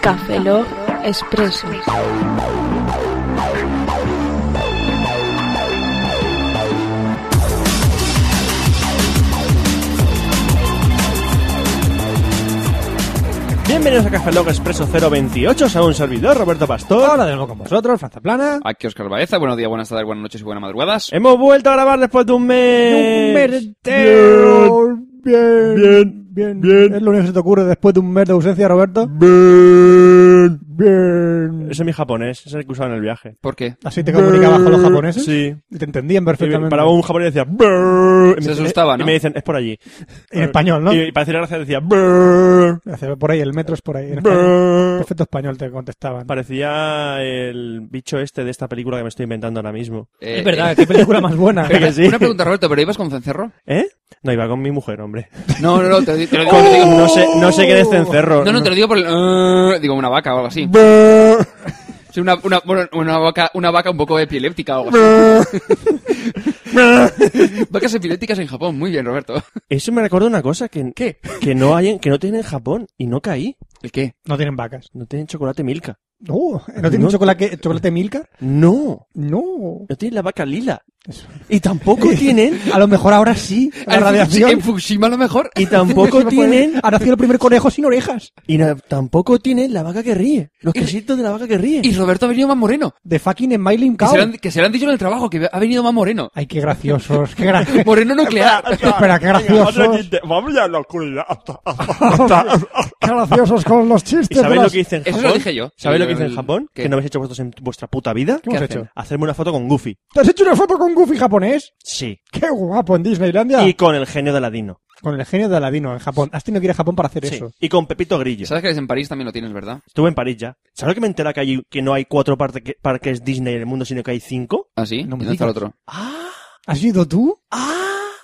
Café Log Expreso. Bienvenidos a Café Log Expreso 028, a un servidor, Roberto Pastor. Ahora de nuevo con vosotros, Franza Plana. Aquí Oscar Baeza, buenos días, buenas tardes, buenas noches y buenas madrugadas. Hemos vuelto a grabar después de un mes. Bien, Bien, bien, bien. Es lo único que se te ocurre después de un mes de ausencia, Roberto. Bien. Bien. Ese es mi japonés, ese es el que usaba en el viaje. ¿Por qué? Así te comunicabas con los japoneses. Sí. Y te entendían Y me perfectamente. paraba un japonés y decía... "Brrr", y Se me- asustaba, y ¿no? me dicen, es por allí. En español, ¿no? Y, y para decirle gracias decía... "Brrr". Hace Por ahí, el metro es por ahí. En español. Brrr. Perfecto español te contestaban. Parecía el bicho este de esta película que me estoy inventando ahora mismo. Eh, Es verdad, qué película más buena. que sí. Una pregunta, Roberto, ¿pero ibas con cencerro? ¿Eh? No, iba con mi mujer, hombre. No, no, no, te lo, di- te lo digo. te lo Oh. digo- No sé, Oh, no sé qué este es cencerro. no, no, te lo digo por el. eh, digo, una vaca o algo así. Brrr. Sí, una, una, bueno, una, vaca, una vaca un poco epiléptica o algo así. Vacas epilépticas en Japón, muy bien, Roberto. Eso me recuerda una cosa que, ¿Qué? que no hay en, que no tienen en Japón y no caí. ¿El qué? No tienen vacas. No tienen chocolate milka. No, ¿no tienen No. chocolate, chocolate milka? No, No. no tienen la vaca lila. Eso. Y tampoco tienen A lo mejor ahora sí, Ah, la en Fukushi- radiación. En Fukushima a lo mejor. y tampoco tienen Ha nacido el primer conejo sin orejas. y na- tampoco tienen la vaca que ríe. Los Y- quesitos de la vaca que ríe. Y Roberto ha venido más moreno. De fucking Smiling Que Cow. se, lo han, que se lo han dicho en el trabajo, que ha venido más moreno. Ay, qué graciosos. Qué gra- Moreno nuclear. Espera, qué graciosos. Vamos ya a la oscuridad. Qué graciosos con los ¿Y chistes. de sabéis lo las- que hice en Eso Japón? lo dije yo. ¿Sabéis lo El- que hice en Japón? ¿Qué? Que no habéis hecho vosotros en vuestra puta vida. ¿Qué hemos hacen? hecho? Hacerme una foto con Goofy. ¿Te has hecho una foto con Goofy japonés? Sí. Qué guapo en Disneylandia. Y con el genio de Aladino. Con el genio de Aladino en Japón. Has tenido que ir a Japón para hacer Sí. eso. Y con Pepito Grillo. Sabes que en París también lo tienes, ¿verdad? Estuve en París ya. ¿Sabes lo que me entera que, hay, que no hay cuatro parte- que- parques Disney en el mundo, sino que hay cinco? ¿Ah, sí? No me ¿Y dónde está el digas. otro? ¿Has ido tú? ¡Ah!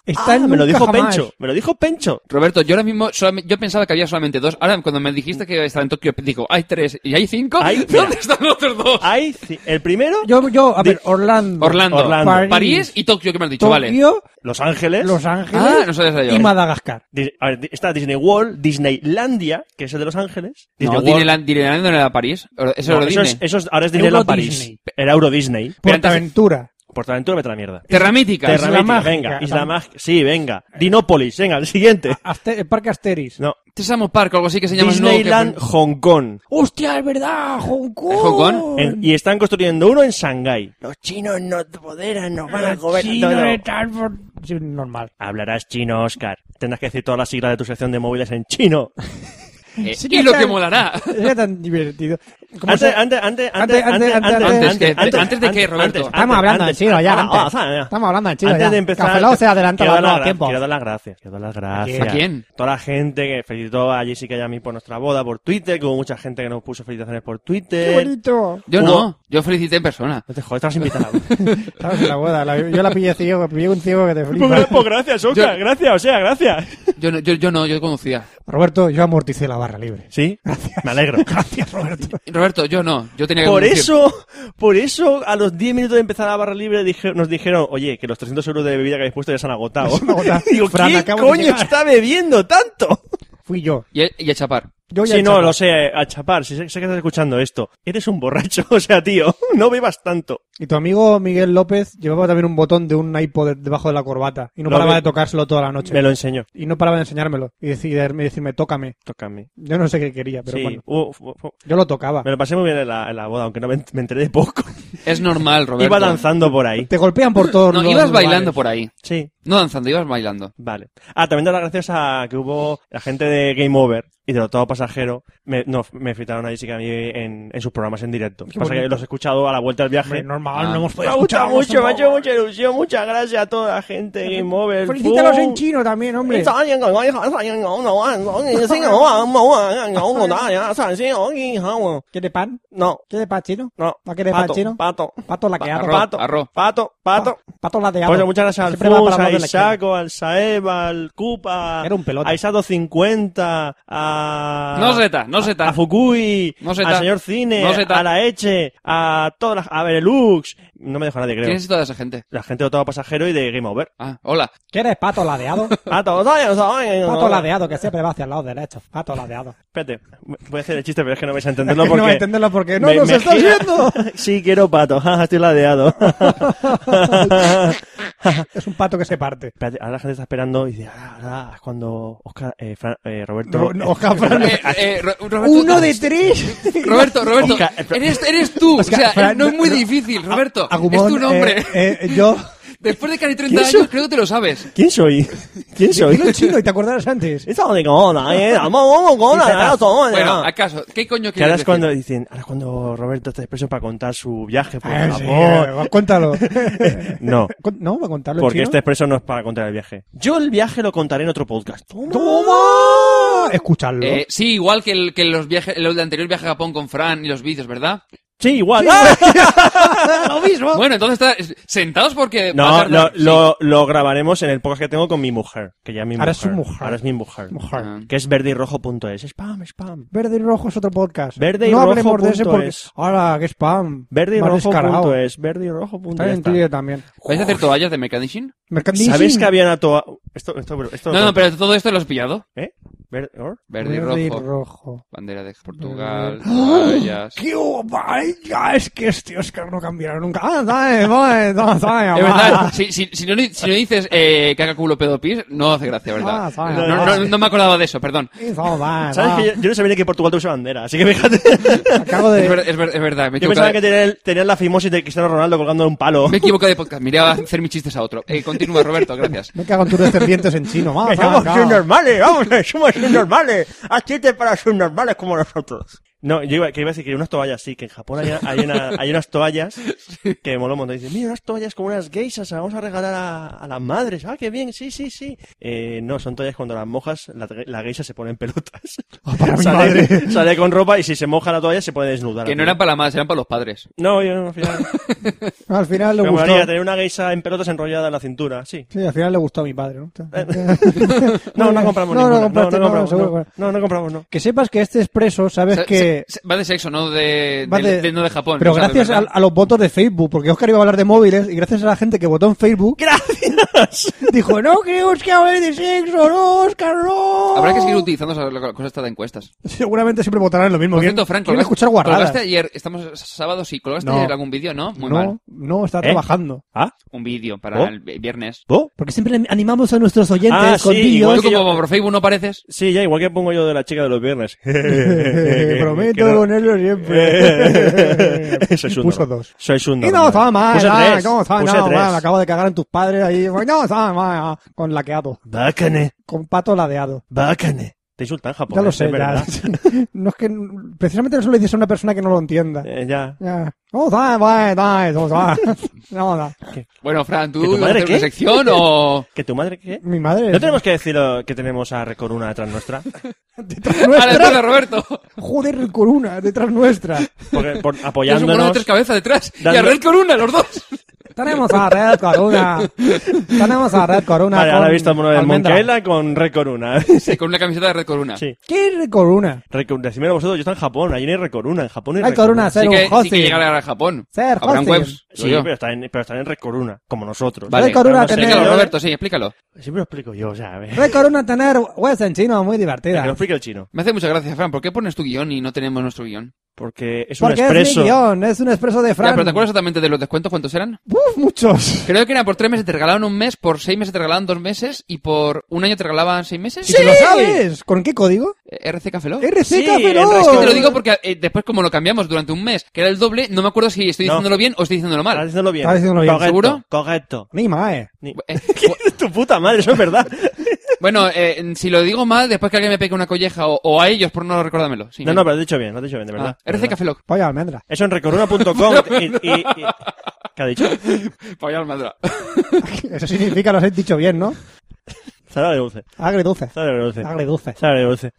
Está en me lo Nunca dijo Jamás. Pencho. Me lo dijo Pencho. Roberto, yo ahora mismo solamente- yo pensaba que había solamente dos. Ahora cuando me dijiste que estaba en Tokio, digo, hay tres y hay cinco. Hay- ¿Dónde mira. están los otros dos? Hay ci- el primero, Yo, yo, a Di- ver, Orlando. Orlando, Orlando, París, y Tokio, que me has dicho, vale. Tokio, Los Ángeles, Los Ángeles Ah, no sabía yo. y Madagascar. Di- a ver, di- está Disney World, Disneylandia, que es el de Los Ángeles. Disney No, World- Disneyland, Disneyland no era París. Eso es No, lo eso, Disney. es, eso es- ahora es Disneyland Euro París. Disney. Era Euro Disney. Pero antes- Portaventura. Portaventura, vete a la mierda. Terramítica. Terra Isla Mítica, Mágica, venga. Isla también. Mágica, sí, venga. Dinópolis, venga, el siguiente. Aste- el Parque Asteris. No. Sesamo Park, algo así que se llama nuevo, que Disneyland fue- Hong Kong. ¡Hostia, es verdad! ¡Hong Kong! ¿Es Hong Kong? En- y están construyendo uno en Shanghái. Los chinos nos poderan, nos van a comer. Chino no, no. de transport- Sí, normal. Hablarás chino, Oscar. Tendrás que decir todas las siglas de tu sección de móviles en chino. Eh, Sí que y lo está- que molará. Era tan divertido. ¿Cómo Antes, se- antes, antes, antes, antes, antes, antes, antes, antes, antes de qué, Roberto? Estamos hablando en chino ya, Ah, antes. ah, ah, ah. Estamos hablando en chino Antes ya. de empezar, Café Lock se adelanta quiero las dar nuevas la- tiempos. Quiero dar las gracias, quiero dar las gracias. ¿A quién? Toda la gente que felicitó a Jessica y a mí por nuestra boda por Twitter, que hubo mucha gente que nos puso felicitaciones por ¡Qué Twitter. bonito! Yo Hugo. no, yo felicité en persona. No te jodas, estás invitado. Pues, Estabas en la boda. la- yo la pillé ciego. Pillé un ciego que te pues, flipa. pues gracias, Oscar, gracias, o sea, gracias. Yo no, yo, yo no, yo conducía. Roberto, yo amorticé la barra libre. Sí, me alegro. Gracias, Roberto. Roberto, yo no, yo tenía que Por conducir. eso, por eso, a los 10 minutos de empezar la barra libre dije- nos dijeron, oye, que los 300 euros de bebida que habéis puesto ya se han agotado. Se han agotado. Digo, Fran, ¿quién acabo de coño llegar". está bebiendo tanto? Fui yo. Y, a- y a chapar. Yo ya sí, he no, chapado. lo sé, a chapar, si sé, sé que estás escuchando esto. Eres un borracho, o sea, tío, no bebas tanto. Y tu amigo Miguel López llevaba también un botón de un iPod debajo de la corbata. Y no Lo paraba vi. de tocárselo toda la noche. Me lo enseñó. Y no paraba de enseñármelo. Y decidirme, decirme, tócame. Tócame. Yo no sé qué quería, pero sí, bueno. uf, uf, uf. Yo lo tocaba. Me lo pasé muy bien en la, en la boda, aunque no me, ent- me enteré de poco. Es normal, Roberto. Iba danzando por ahí. Te golpean por todos No, los ibas lugares. bailando por ahí. Sí, No danzando, ibas bailando. vale. Ah, también dar las gracias a que hubo la gente de Game Over y de todo pasajero. Me, no, me fitaron a Jessica y a mí en, en sus programas en directo. Lo que Pasa es que bonito. los he escuchado a la vuelta del viaje. Pues Hombre, normal, Ah. no hemos me podido ha gustado escucharlos mucho, me ha hecho tampoco. mucha ilusión. Muchas gracias a toda la gente de Game Over. Felicítalos ¡Bum! en chino también, hombre. ¿Quiere pan? No, ¿Quiere pan chino? no. ¿No quiere pan Pato, chino? pato, Pato laqueado. Arroz, pato, arroz. pato, pato. Pato lateado. Pues muchas gracias al Siempre va para Fus, hablar a de la Isaco, al Saeva, al Cupa, Era un pelota. a Isa 250, a a... No Zeta, no Zeta. Ah, A Fukui, No Zeta. al señor Cine, No Zeta. a la Eche, a todas las... A Benelux. No me deja nadie, creo. ¿Quién es toda esa gente? La gente de Otava Pasajero y de Game Over. Ah, hola. ¿Qué eres pato ladeado? A todos. ay, ay, ay, Pato ay. ladeado, que siempre va hacia el lado derecho. Pato ladeado. Espérate, voy a hacer el chiste, pero es que no vais a entenderlo porque... no me entenderlo porque no me- nos me estás gira- viendo. sí, quiero pato. Jaja, Estoy ladeado. Es un pato que se parte. Espérate, ahora la gente está esperando y dice, ahora, ahora es cuando Oscar, eh, Fran- eh, Roberto... No, no, Oscar, Fran- Eh, eh, Ro- Roberto, Uno de tres. Roberto, Roberto, Oscar, eh, eres, eres tú. Oscar, o sea, Fran, no es muy no, difícil, Roberto. Agumon, es tu nombre. eh, eh, yo. Después de casi 30 ¿Quién soy? años, creo que te lo sabes. ¿Quién soy? ¿Quién soy? Dilo en chino y te acordarás antes. Esa de cona, eh. Vamos, vamos, cona, ah, ya, toma, ya. Bueno, ¿acaso? ¿Qué coño Que ahora quieres es decir? cuando dicen, ahora es cuando Roberto está expreso para contar su viaje por Ah, sí, Japón. eh, cuéntalo. No, Cu- No, va a contarlo porque en este chino. expreso no es para contar el viaje. Yo el viaje lo contaré en otro podcast. Toma. ¡Toma! Ah, Escuchadlo. Eh, sí, igual que, el, que los viajes, el anterior viaje a Japón con Fran y los vídeos, ¿verdad? Sí, igual. ¡Ah! lo mismo. Bueno, entonces está- es- sentados porque... va a No, lo, tardar- lo, lo grabaremos en el podcast que tengo con mi mujer, que ya es mi Ahora es mujer. su mujer. Ahora es mi mujer. Ah. Que es verdeyrrojo.es. Spam, spam. Verde y rojo es otro podcast. Verde y no rojo hablemos de ese punto porque. es. Ahora, qué spam. Verde y Más descarado. rojo.es. Verde y rojo.es. Está en Twitter también. ¿Vais a hacer toallas de Mechanician? Mercandising. ¿Sabéis que había una toa... Esto, esto, esto, No, no, pero todo esto lo has pillado. ¿Eh? Ver- or- Verde y Verde rojo. rojo. ¡Ah! Bandera de Portugal, toallas... ¡Qué vaya! Es que este Oscar no cambiará nunca. ¡Ah, dale, vale, no, dale, Es va. verdad, si, si- si no, di- si no dices eh, caca culo pedo pis, no hace gracia, ¿verdad? Ah, vale, no, no, vale. no me acordaba de eso, perdón. Sí, no, va, ¿Sabes va. que yo, yo no sabía ni que Portugal tuviese bandera? Así que fíjate. Acabo Es, ver- de... es ver- es verdad, me he Yo pensaba equivocado. que de- tenían tenía la fimosis de Cristiano Ronaldo colgando en un palo. Me he equivocado de podcast, miré a hacer mis chistes a otro. Eh, continúa, Roberto, gracias. Me cago en tus descendientes en chino. Va, va, Somos va. Ah, subnormales, vamos, somos subnormales. Haz chistes para subnormales como nosotros. No, yo iba, que iba a decir que unas toallas, sí, que en Japón hay, hay, una- hay unas toallas que moló un montón. Dicen, mira, unas toallas como unas geishas, se las vamos a regalar a, a las madres. Ah, qué bien, sí, sí, sí. Eh, no, son toallas cuando las mojas, la, la geisha se pone en pelotas. para mi sale, madre. sale con ropa y si se moja la toalla se puede desnudar. Que no eran para la madre, eran para los padres. No, yo no, al final. Al final le Me gustó. molaría tener una geisha en pelotas enrollada en la cintura, sí. Sí, al final le gustó a mi padre, ¿no? No, no compramos no, ninguna. No, compraste, no, compramos, seguro no. que- No, no compramos, no. Que sepas que este expreso, sabes Se- que... se- se- va de sexo, no de, va de- de- de- no de Japón. Pero o sea, de gracias a, verdad. a los votos de Facebook, porque Oscar iba a hablar de móviles, y gracias a la gente que votó en Facebook... ¡Gracias! Dijo, no creemos que hable de sexo, no, Oscar, no. Habrá que seguir utilizando esa- la cosa esta de encuestas. Seguramente siempre votarán lo mismo. Por Quieren- cierto, Franco, quieren escuchar guarradas. colgaste ayer, estamos sábado, sí, colgaste No. ayer algún vídeo, ¿no? Muy no, mal. no, está ¿Eh? trabajando. ¿Ah? Un vídeo para ¿Oh? el viernes. ¿Vos? Porque siempre animamos a nuestros oyentes Ah, con sí, vídeos. igual Tú que yo- como por Facebook no pareces. Sí, ya, igual que pongo yo de la chica de los viernes. Eh, Prometo Que no- ponerlo Eh, siempre. Sois Y un eh, puso normal. dos. Sois un Y no, normal. está mal, Puse ah, tres. no, está Puse no, tres. mal, acabo de cagar en tus padres ahí, no, está mal, ah, con laqueado, Bácane, con pato ladeado. bácane. Te insultan, Japón. ya lo es sé, ya. verdad. no es que, precisamente no se lo dices a una persona que no lo entienda. Eh, ya. Ya. Oh, No, está mal, está mal, está mal. No, no. Bueno, Fran, ¿tú ¿Que tu ibas a madre hacer una qué? sección o...? ¿Que tu madre qué? Mi madre. ¿No tenemos que decir lo que tenemos a Recoruna detrás nuestra? Detrás Vale, nuestra. espera, Ah, Roberto. Joder, el corona, detrás nuestra. Porque, por, Es un mono de apoyándonos. tres cabezas detrás. Y a Dando- Red Corona, los dos. Tenemos a Red Corona. Tenemos a Red Corona. Vale, ahora con he visto el mono de almendra. Moncaela con Recoruna. Sí, con una camiseta de Red Corona. Sí. ¿Qué es Red Corona? Reco- Decídmelo vosotros, yo estoy en Japón, allí no hay Recoruna, en Japón hay Red Corona, Sí que, ser un sí que hosting. llegará a Japón. Ser Habrán hosting. webs. Sí, digo yo. pero están, en, pero están en Recoruna, como nosotros. Vale. Red Corona Vamos, tener, Explícalo, Pero- Roberto, sí, explícalo. Siempre lo explico yo, o sea, a ver. Red Corona tener webs en chino muy Que lo divertida. explique el chino. Me hace mucha gracia, Fran. ¿Por qué pones tu guión y no tenemos nuestro guión? Porque es un Porque es mi expreso. guión, es un expreso de Ya, Fran. pero ¿te acuerdas exactamente de los descuentos? ¿Cuántos eran? Uf, muchos. Creo que era por tres meses te regalaban un mes, por seis meses te regalaban dos meses y por un año te regalaban seis meses. Si te lo sabes, ¿con qué código? Eh, RC Café Lock. RC Sí, Café el Lock. resto- Es que te lo digo porque eh, después como lo cambiamos durante un mes, que era el doble, no me acuerdo si estoy No. diciéndolo bien o estoy diciéndolo Estás mal. diciéndolo bien. Estás diciéndolo bien. Correcto, ¿Seguro? Correcto. Ni mae. Ni- Eh, tu puta madre, eso es verdad. bueno, eh, si lo digo mal, después que alguien me pegue una colleja o, o a ellos por no recordármelo. Sí, No, no, pero lo has dicho bien, lo has dicho bien, de Ah, verdad. de RC verdad. Café Lock. Polla de almendra. Eso en recoruna.com y, y, y- ¿Qué ha dicho? Polla almendra. Eso significa, lo has dicho bien, ¿no? Sara de dulce. Agridulce. Sara de dulce. Agridulce. Sara de dulce.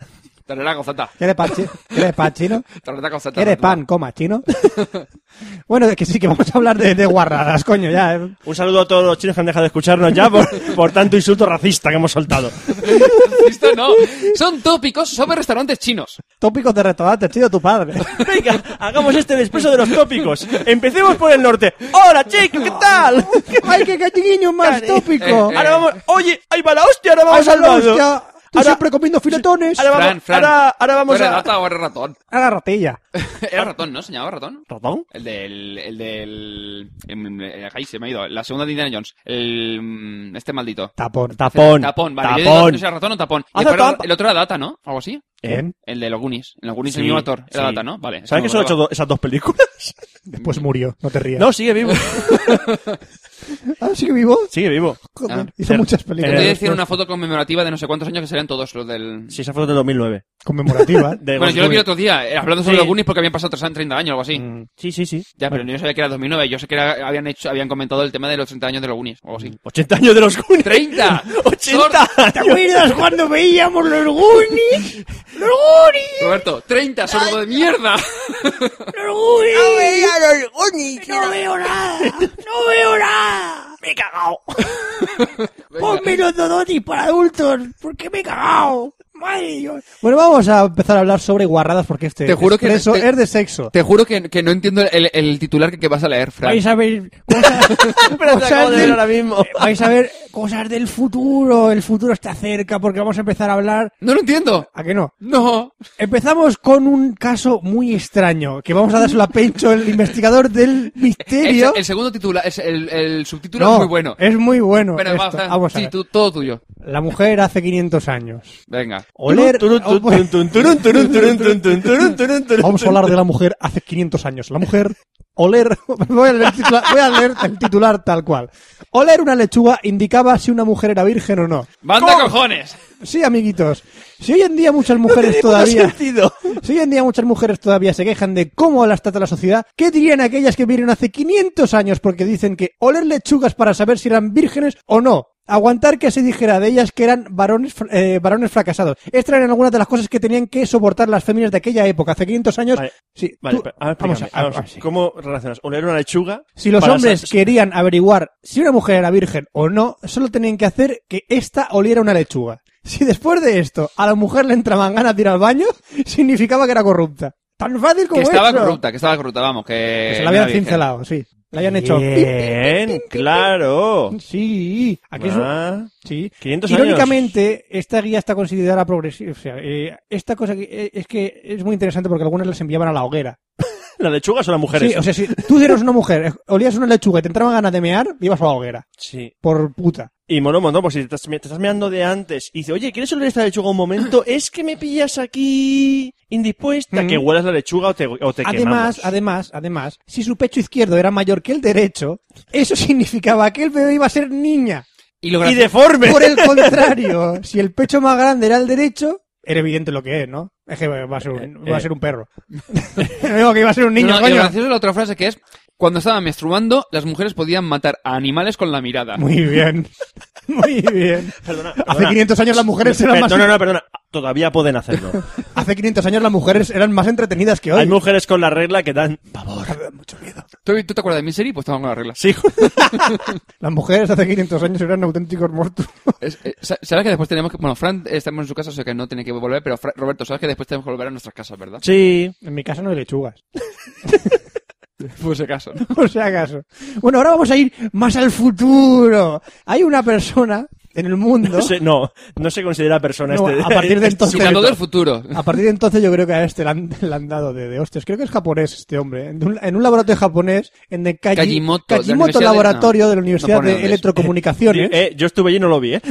Tarara cosata. ¿Quieres pan, chi- ¿Quieres pan chino? Tarara cosata. ¿Quieres pan, coma chino? bueno, es que sí, que vamos a hablar de, de guarradas, coño, ya. eh. Un saludo a todos los chinos que han dejado de escucharnos ya por, por tanto insulto racista que hemos soltado. Esto no. Son tópicos sobre restaurantes chinos. Tópicos de restaurantes, tío, tu padre. Venga, hagamos este despreso de los tópicos. Empecemos por el norte. ¡Hola, chicos! ¿Qué tal? ¡Ay, qué cariño más tópico! Eh, eh. Ahora vamos... ¡Oye! ¡Ahí va la hostia! ¡Ahora vamos Ay, al lado! hostia, Tú Ahora- siempre comiendo filetones. Ahora vamos, Fran, Fran. ahora, ahora vamos ¿Era a... rata o era ratón? Haga ratilla. Era ratón, ¿no? ¿Señalaba ratón? ¿Ratón? El del... El del... em, eh, ay, se me ha ido. La segunda de Indiana Jones. El... mm, Este maldito. Tapón. Tapón. Tapón, vale. Yo digo, Tapón. no sé, ratón o tapón. Y Hace después era- tapa. el otro era Data, ¿no? Algo así. ¿Eh? El de los Goonies. En los Goonies Sí, el mismo actor. Era sí. Data, ¿no? Vale. ¿Sabes que eso solo me he hecho acordaba. do- esas dos películas? Después murió, no te rías. No, sigue vivo. Ah, sigue vivo. Sigue vivo. Joder, Ah. Hizo muchas películas. Te voy a Eh, decir una foto conmemorativa de no sé cuántos años que serían todos los del... Sí, esa foto del 2009. Conmemorativa. De Bueno, yo lo vi Goldstein. el otro día, eh, hablando sobre Sí. los Goonies porque habían pasado tres años, 30 años o algo así. Mm, Sí, sí, sí. Ya, pero yo no sabía que era 2009. Yo sé que era- habían hecho, habían comentado el tema de los 30 años de los Goonies o algo Mm. así. 80 años de los Goonies. ¡30! 80 años. acuerdas cuando veíamos los Goonies? ¡Los Sor- Roberto, 30, sordo de mierda. No veía los Goonies. ¡No veo nada! ¡No veo nada! ¡Me he cagado! ¡Ponme los dodotis para adultos! ¡Porque me he cagado! ¡Madre de Dios! Bueno, vamos a empezar a hablar sobre guarradas porque este Te juro que- expreso te- es de sexo. Te juro que, que no entiendo el, el titular que, que vas a leer, Fran. Vais a ver cosas, Pero te cosas acabo de ver del- eh, ahora mismo. vais a ver cosas del futuro. El futuro está cerca porque vamos a empezar a hablar. No lo entiendo. ¿A qué no? No. Empezamos con un caso muy extraño que vamos a dárselo a Pencho, el investigador del El, misterio. el segundo titular, es el, el subtítulo es muy bueno. Es muy bueno. Bueno, esto. vamos a, Vamos a sí, ver. tú- todo tuyo. La mujer hace 500 años. Venga. Oler. Turun, turun, Oh, turun, turun, turun, turun, turun, turun, turun, turun, turun. Vamos a hablar de la mujer hace 500 años. La mujer oler. Voy a, leer el titula- voy a leer el titular tal cual. Oler una lechuga indicaba si una mujer era virgen o no. ¡Banda cojones! Sí, amiguitos. Si hoy en día muchas mujeres todavía. Si hoy en día muchas mujeres todavía se quejan de cómo las trata la sociedad, ¿qué dirían aquellas que vivieron hace 500 años porque dicen que oler lechugas para saber si eran vírgenes o no? Aguantar que se dijera de ellas que eran varones, fr- eh, varones fracasados. Estas eran algunas de las cosas que tenían que soportar las féminas de aquella época, hace 500 años. Vale. Sí, Vale, tú- pero, a ver, vamos a- ah, explícame, vamos a- vamos, ¿Cómo relacionas oler una lechuga? si los para hombres sa- querían averiguar si una mujer era virgen o no, solo tenían que hacer que ésta oliera una lechuga. Si después de esto a la mujer le entraban ganas de ir al baño, significaba que era corrupta. Tan fácil como Que estaba eso. corrupta, Eh, que estaba corrupta, vamos, que... Que se no la habían era virgen. cincelado, sí. La habían hecho. Bien, claro. Sí, aquí es un- Ah, sí. 500 años. Irónicamente, esta guía está considerada progresiva. O sea, eh, esta cosa que- eh, es que es muy interesante porque algunas las enviaban a la hoguera. ¿Las lechugas son las mujeres? Sí, o sea, si tú eras una mujer, eh, olías una lechuga y te entraban ganas de mear, ibas a la hoguera. Sí. Por puta. Y mola un montón, porque si te estás, te estás meando de antes y dices, oye, ¿quieres oler esta lechuga un momento? Es que me pillas aquí indispuesta. Mm. Que huelas la lechuga o te, o te Además, quemamos. además, además, si su pecho izquierdo era mayor que el derecho, eso significaba que el bebé iba a ser niña. Y lo Y gracioso- deforme. Por el contrario, si el pecho más grande era el derecho, era evidente lo que es, ¿no? Es que va a ser Eh, un, va a ser un perro. No digo que iba a ser un niño, No, no, y lo coño. gracioso es la otra frase que es, cuando estaba menstruando, las mujeres podían matar a animales con la mirada. Muy bien. Muy bien. Perdona, Hace perdona. 500 años las mujeres Pe- eran más No, no, no, perdona. Todavía pueden hacerlo. hace 500 años las mujeres eran más entretenidas que Hay hoy. mujeres con la regla que dan pavor. ¿Tú, tú te acuerdas de Misery? Pues tengo la regla. Sí. Las mujeres hace 500 años eran auténticos muertos. Es- eh, sa- ¿Sabes que después tenemos que... Bueno, Fran eh, estamos en su casa, o sea que no tiene que volver, pero Fra- Roberto, ¿sabes que después tenemos que volver a nuestras casas, verdad? Sí. En mi casa no hay lechugas. Por si acaso. ¿no? Por si acaso. Bueno, ahora vamos a ir más al futuro. Hay una persona en el mundo. No, se, no, no se considera persona No, este. a partir de entonces- Sobre todo el futuro. A partir de entonces yo creo que a este le han, le han dado de, de hostias. Creo que es japonés este hombre. En un, en un laboratorio japonés, en el Kaji- Kajimoto, de la Kajimoto Universidad de- Laboratorio no, de la no eh, Universidad pone de dónde es. Electrocomunicaciones. Eh, yo estuve allí y no lo vi, ¿eh?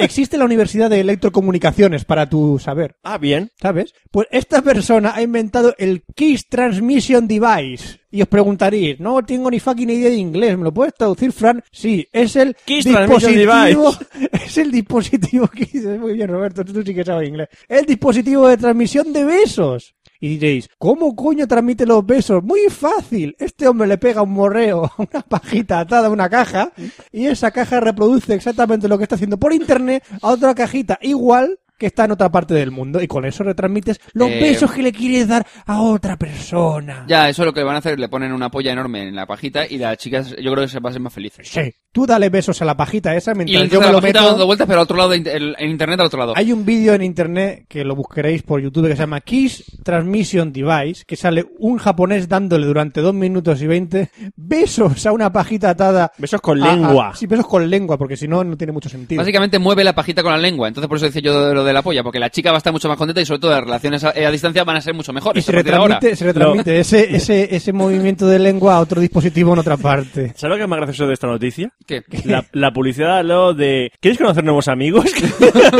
Existe la Universidad de Electrocomunicaciones para tu saber. Ah, bien. ¿Sabes? Pues esta persona ha inventado el Kiss Transmission Device. Y os preguntaréis, no tengo ni fucking idea de inglés, ¿me lo puedes traducir, Fran? Sí, es el Kiss dispositivo. Transmission Es el dispositivo que dices, muy bien, Roberto, tú sí que sabes inglés. El dispositivo de transmisión de besos. Y diréis, ¿cómo coño transmite los besos? Muy fácil. Este hombre le pega un morreo a una pajita atada a una caja y esa caja reproduce exactamente lo que está haciendo por internet a otra cajita igual que está en otra parte del mundo y con eso retransmites los Eh, besos que le quieres dar a otra persona. Ya, eso es lo que le van a hacer, le ponen una polla enorme en la pajita y las chicas yo creo que se va a ser más felices. Sí. Tú dale besos a la pajita esa Y mientras él yo está la me lo pajita meto. dando vueltas, pero al otro lado, de inter- el- en internet al otro lado. Hay un vídeo en internet que lo buscaréis por YouTube que se llama Kiss Transmission Device, que sale un japonés dándole durante dos minutos y 20 besos a una pajita atada. Besos con a- a- lengua. sí, besos con lengua, porque si no, no tiene mucho sentido. Básicamente mueve la pajita con la lengua, entonces por eso decía yo lo de la polla, porque la chica va a estar mucho más contenta y sobre todo las relaciones a, eh, a distancia van a ser mucho y mejores. se a partir de ahora. retransmite, se retransmite ese, ese, ese movimiento de lengua a otro dispositivo en otra parte. ¿Sabes lo que es más gracioso de esta noticia? ¿Qué? La, la publicidad lo de ¿Quieres conocer nuevos amigos?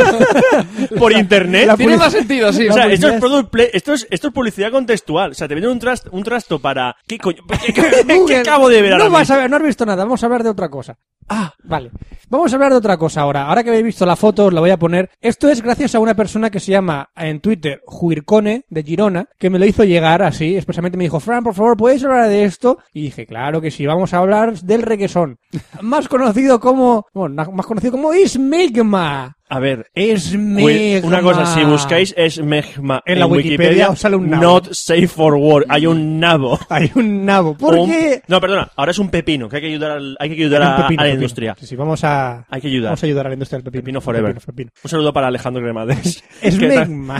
Por internet. La Eh, Tiene publici- más sentido, sí. o sea, la esto es, publicidad product pla- esto, es, esto es publicidad contextual. O sea, te venden un, tras- un trasto para... ¿Qué coño? ¿Qué, qué- qué Google, acabo de ver ahora No vas mismo? a ver, no has visto nada, vamos a hablar de otra cosa. Ah, vale. Vamos a hablar de otra cosa ahora. Ahora que habéis visto la foto, os la voy a poner. Esto es gracias a una persona que se llama en Twitter Juircone de Girona, que me lo hizo llegar así. Expresamente me dijo, Fran, por favor, ¿puedes hablar de esto? Y dije, claro que sí, vamos a hablar del requesón. más conocido como. Bueno, más conocido como Smegma. A ver, eh, Smegma. Una cosa, si buscáis es Megma En la Wikipedia os sale un nabo. Not safe for work. Hay un nabo. Hay un nabo. ¿Por Un- qué? No, perdona. Ahora es un pepino. Que hay que ayudar, al- hay que ayudar Un a, pepino, a la pepino. industria. Sí, sí, vamos a. Hay que ayudar. Vamos a ayudar a la industria del pepino. Pepino forever. Pepino, pepino. Un saludo para Alejandro Cremades. Es Que tra- Smegma.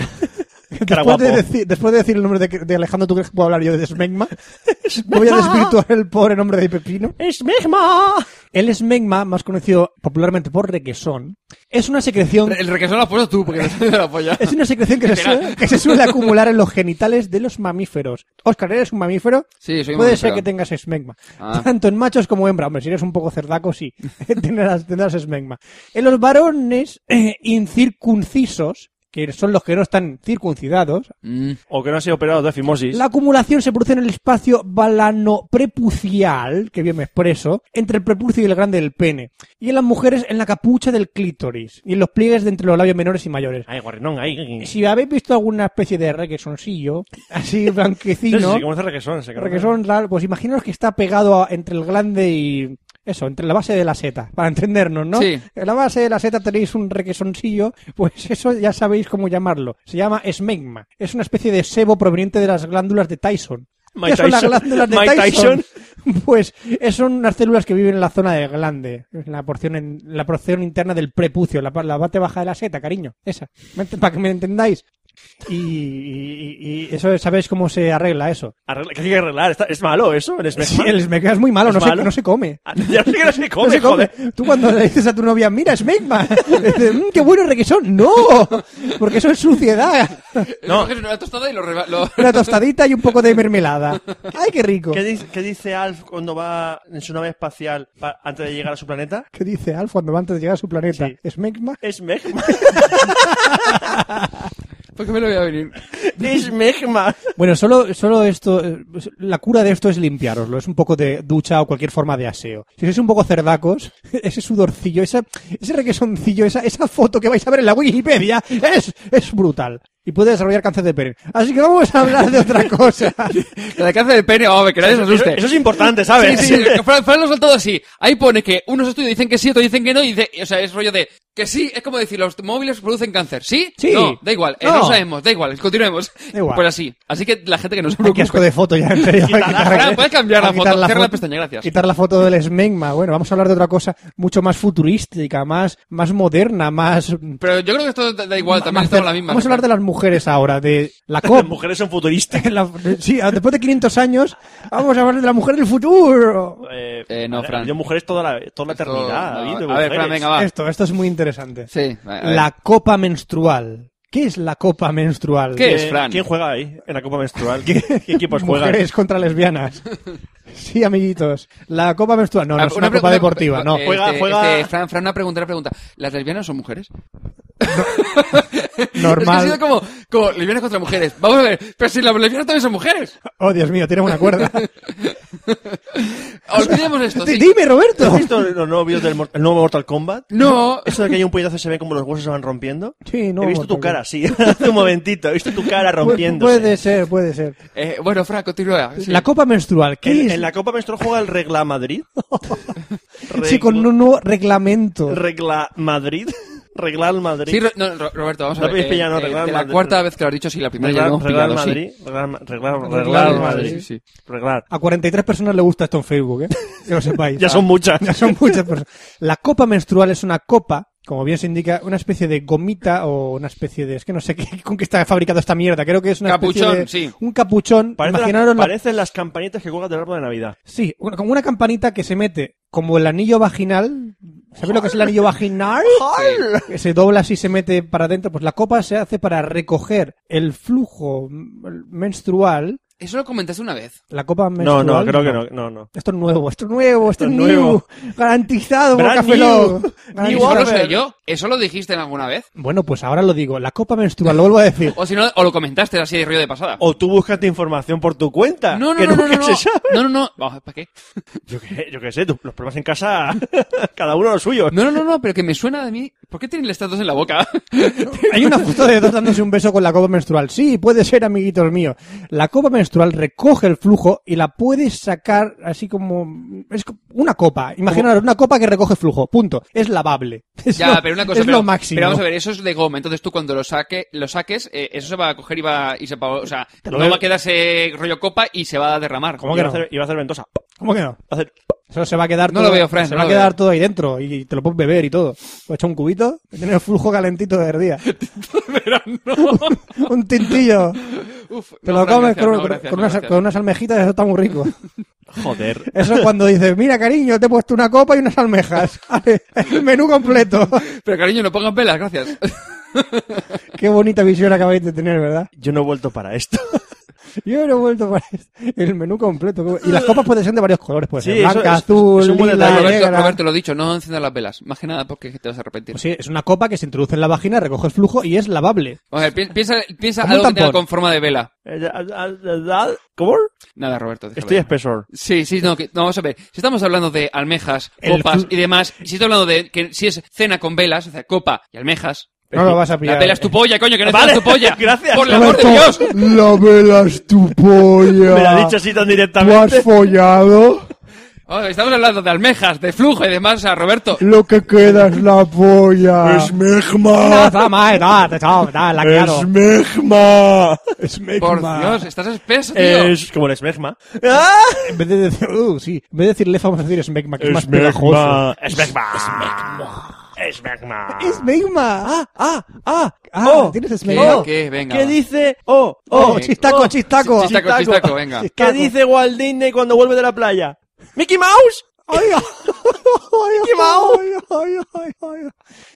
Cara Después de, guapo. decir, después de decir el nombre de, de Alejandro, ¿tú crees que puedo hablar yo de Smegma? Voy a desvirtuar el pobre nombre de Pepino. ¡Smegma! El Smegma, más conocido popularmente por requesón, es una secreción, El requesón lo has puesto tú, porque no sale de la polla. es una secreción que, se suele, que se suele acumular en los genitales de los mamíferos. Oscar, ¿eres un mamífero? Sí, soy un Puede mamífero. ser que tengas esmegma. Ah. Tanto en machos como hembra. Hombre, si eres un poco cerdaco, sí. tendrás, tendrás esmegma. En los varones eh, incircuncisos, que son los que no están circuncidados, Mm. O que no ha sido operado de fimosis. la acumulación se produce en el espacio balanoprepucial, que bien me expreso, entre el prepucio y el grande del pene. Y en las mujeres en la capucha del clítoris. Y en los pliegues de entre los labios menores y mayores. Ay, guarrinón, ahí. Si habéis visto alguna especie de requesoncillo, así Sí, blanquecino, sí, como hace requesón. se Porque son raros. Pues imaginaros que está pegado a- entre el glande y. Eso, entre la base de la seta, para entendernos, ¿no? Sí. En la base de la seta tenéis un requesoncillo, pues eso ya sabéis cómo llamarlo. Se llama esmegma. Es una especie de sebo proveniente de las glándulas de Tyson. Mike ¿Qué son las Tyson. glándulas de Mike Tyson? Pues eh, son unas células que viven en la zona del glande, en la porción, en, la porción interna del prepucio, la, pa- la parte baja de la seta, cariño. Esa, Me ent- para que me entendáis. Y, y- y- y eso, ¿sabéis cómo se arregla eso? Arregla- que hay que arreglar. Está- ¿Es malo eso? ¿El Smegma? Sí, el Smegma es muy malo, ¿Es no, malo? Se, no se come. Ah, Ya sé que no se come, no se come. joder. Tú cuando le dices a tu novia, mira, Smegma, dices, "Mm, qué bueno el requesón. No, porque eso es suciedad. No. No. Coges una tostada y lo, reba- lo- Una tostadita y un poco de mermelada. Ay, qué rico. ¿Qué ¿Qué, dice, qué dice Alf cuando va en su nave espacial pa- antes de llegar a su planeta? dice Alf cuando va antes de llegar a su planeta? Sí. Smegma. Es Megma. ¿Por qué me lo voy a venir? Es Megma. Bueno, solo, solo esto, eh, la cura de esto es limpiaroslo, es un poco de ducha o cualquier forma de aseo. Si sois un poco cerdacos, ese sudorcillo, esa, ese requesoncillo, esa, esa foto que vais a ver en la Wikipedia, es, es brutal. Y puede desarrollar cáncer de pene. Así que vamos a hablar de otra cosa. La de cáncer de pene, oh, me queráis, os Eso, asuste. eso es importante, ¿sabes? Sí, sí, Fran, Fran lo soltó así. Ahí pone que unos estudios dicen que sí, otros dicen que no, y dice, o sea, es rollo de que sí, es como decir, los móviles producen cáncer. ¿Sí? Sí. No, da igual, eh, no. No. sabemos, da igual, continuemos. Da igual. Pues así. Así que la gente que nos Ay, qué asco de foto ya, en serio. Quitarla, Hay que quitar- Fran, puedes cambiar la hay que foto, quitar cierra la foto- pestaña, gracias. Quitar la foto del esmegma. Bueno, vamos a hablar de otra cosa mucho más futurística, más, más moderna, más... Pero yo creo que esto da da igual, también más estamos cer- la misma. Vamos a hablar de las mujeres ahora, de la Las COP. mujeres son futuristas. En la- sí, después de 500 años, vamos a hablar de la mujer del futuro. Eh, Eh, no, ha- ha Fran. habido mujeres toda la, toda la Esto- eternidad. ha no, habido a ver, mujeres. Fran, venga, va. Esto, esto es muy Ah. interesante. Sí, a ver. La copa menstrual. ¿Qué es la copa menstrual? ¿Qué Pues Eh, es, Fran? ¿Quién juega ahí en la Copa Menstrual? ¿Qué, qué equipos juegan? Mujeres contra lesbianas. Sí, amiguitos. La copa menstrual. No, no Ah, es una, pre- copa deportiva, no. eh, Juega- este- juega- este, Fran, Fran, una pregunta, una pregunta. ¿Las lesbianas son mujeres? Es que ha Normal. sido como, como lesbianas contra mujeres. Vamos a ver, pero si las lesbianas también son mujeres. Oh, Dios mío, tenemos una cuerda. Olvidemos esto. D- sí. Dime, ¿Has Roberto. visto los nuevos vídeos del mor- el nuevo Mortal Kombat? No, Eso de que hay un puñetazo y se ve como los huesos se van rompiendo. Sí, no, he visto tu Mortal cara, sí. Hace un momentito, he visto tu cara Pu- rompiendo. Puede ser, puede ser. Eh, bueno, Fran, continúa. Sí. La copa menstrual, ¿qué En, es? en la Copa Menstrual juega el Regla Madrid. Sí, con un nuevo reglamento. Regla Madrid. Reglal Madrid. Sí, Ro- no, Ro- Roberto, vamos a No ver. podéis eh, pillar, no, eh, arreglar de la Madrid. cuarta vez que lo has dicho, sí, la primera Reglar, ya lo hemos pillado, sí. Madrid. Reglar, reglar, reglar, Reglar Madrid. Madrid, sí. Reglar. A 43 personas le gusta esto en Facebook, ¿eh? Que lo sepáis. Ya son muchas. Ya son muchas personas. La copa menstrual es una copa, como bien se indica, una especie de gomita o una especie de... Es que no sé qué, con qué está fabricada esta mierda. Creo que es una especie Capuchón, de- sí. Un capuchón. Parece la- Imaginaros la- parecen las campanitas que cuelgas del árbol de Navidad. Sí, una- como una campanita que se mete como el anillo vaginal. ¿Sabéis lo que es el anillo vaginal? Que se dobla así, se mete para adentro. Pues la copa se hace para recoger el flujo mm, menstrual. Eso lo comentaste una vez. La No, copa menstrual. no, creo que no. no, no. Esto es nuevo, esto es nuevo, esto, Esto es es nuevo. nuevo. Garantizado por Brand Café new. Lock. New ¿Eso Garantizado. lo Order. sé yo? ¿Eso lo dijiste en alguna vez? Bueno, pues ahora lo digo. La copa menstrual, lo vuelvo a decir. O si no, o lo comentaste así de río de pasada. O tú buscaste información por tu cuenta. No, no, que no, no, nunca no, no. se sabe. No, no, no. Vamos, ¿para qué? Yo qué, yo qué sé, tú- los problemas en casa, cada uno lo suyo. No, no, no, no, pero que me suena de mí. ¿Por qué tienen las dos en la boca? Hay una foto de dos dándose un beso con la copa menstrual. Sí, puede ser, amiguitos míos. La copa menstrual recoge el flujo y la puedes sacar así como... Es como una copa. Imaginaros, una copa que recoge flujo. Punto. Es lavable. Es ya, lo- pero una cosa. Es pero, lo máximo. pero vamos a ver, eso es de goma. Entonces tú cuando lo, saque, lo saques, eh, eso se va a coger y va, y se va, o sea, Te lo no veo. va a quedarse rollo copa y se va a derramar. ¿Cómo que iba, a no? hacer, iba a hacer ventosa. ¿Cómo que no? Va a hacer- Eso se va a quedar No todo, lo veo, Fran, se no va a lo quedar veo. todo ahí dentro y te lo puedes beber y todo. Pues echa un cubito y tienes el flujo calentito del día. Pero no. un tintillo. Uf, Te no, lo Fran, comes gracias, con, no, con- gracias, con no, unas, gracias. con unas almejitas, eso está muy rico. Joder. Eso es cuando dices, mira cariño, te he puesto una copa y unas almejas. Vale, El menú completo. Pero cariño, no pongan velas, gracias. Qué bonita visión acabáis de tener, ¿verdad? Yo no he vuelto para esto. Yo no he vuelto para esto. El menú completo. qué bu- Y las copas pueden ser de varios colores. Puede ser Sí, eso blanca, es- azul, es un buen lila, detalle. Roberto, negra. Roberto, lo he dicho, no enciendas las velas. Más que nada porque te vas a arrepentir. Pues sí, es una copa que se introduce en la vagina, recoge el flujo y es lavable. Vamos a ver, pi- piensa, piensa Pues Como un algo que tenga tampón. con forma de vela. Eh, ya, ya, ya, ya, ¿Cómo? Nada, Roberto. déjalo. Estoy espesor. Sí, sí, no, que, no, vamos a ver. Si estamos hablando de almejas, El copas flu- y demás, si estoy hablando de que si es cena con velas, o sea, copa y almejas. No lo vas a La pillar. vela es tu polla, coño, que no Vale, es tu polla. gracias. Por el amor de Dios. la vela es tu polla. Me lo ha dicho así tan ¿Tú has directamente. follado? Oh, estamos hablando de almejas, de flujo y demás, o sea, Roberto. Lo que queda es la polla. Es ¡Megma! la ¡Es megma! Es Por megma. Dios, estás espeso, tío. Eh, Es como el esmegma. ¡Ah! En vez de decir, uh, sí, en vez de decir lefa, vamos a decir smegma, que es, más pegajoso. Esmegma. Esmegma. Esmegma. Smegma. Ah, ah, ah. Ah, Oh. tienes ¿Qué, smegma. qué? Venga. ¿Qué va. dice? Oh, Oh, oh, Eh, chistaco, chistaco. Chistaco, chistaco, venga. ¿Qué dice Walt Disney cuando vuelve de la playa? ¿Mickey Mouse? Ay, ay, Qué mao. ay, ay, ay, ay, ay.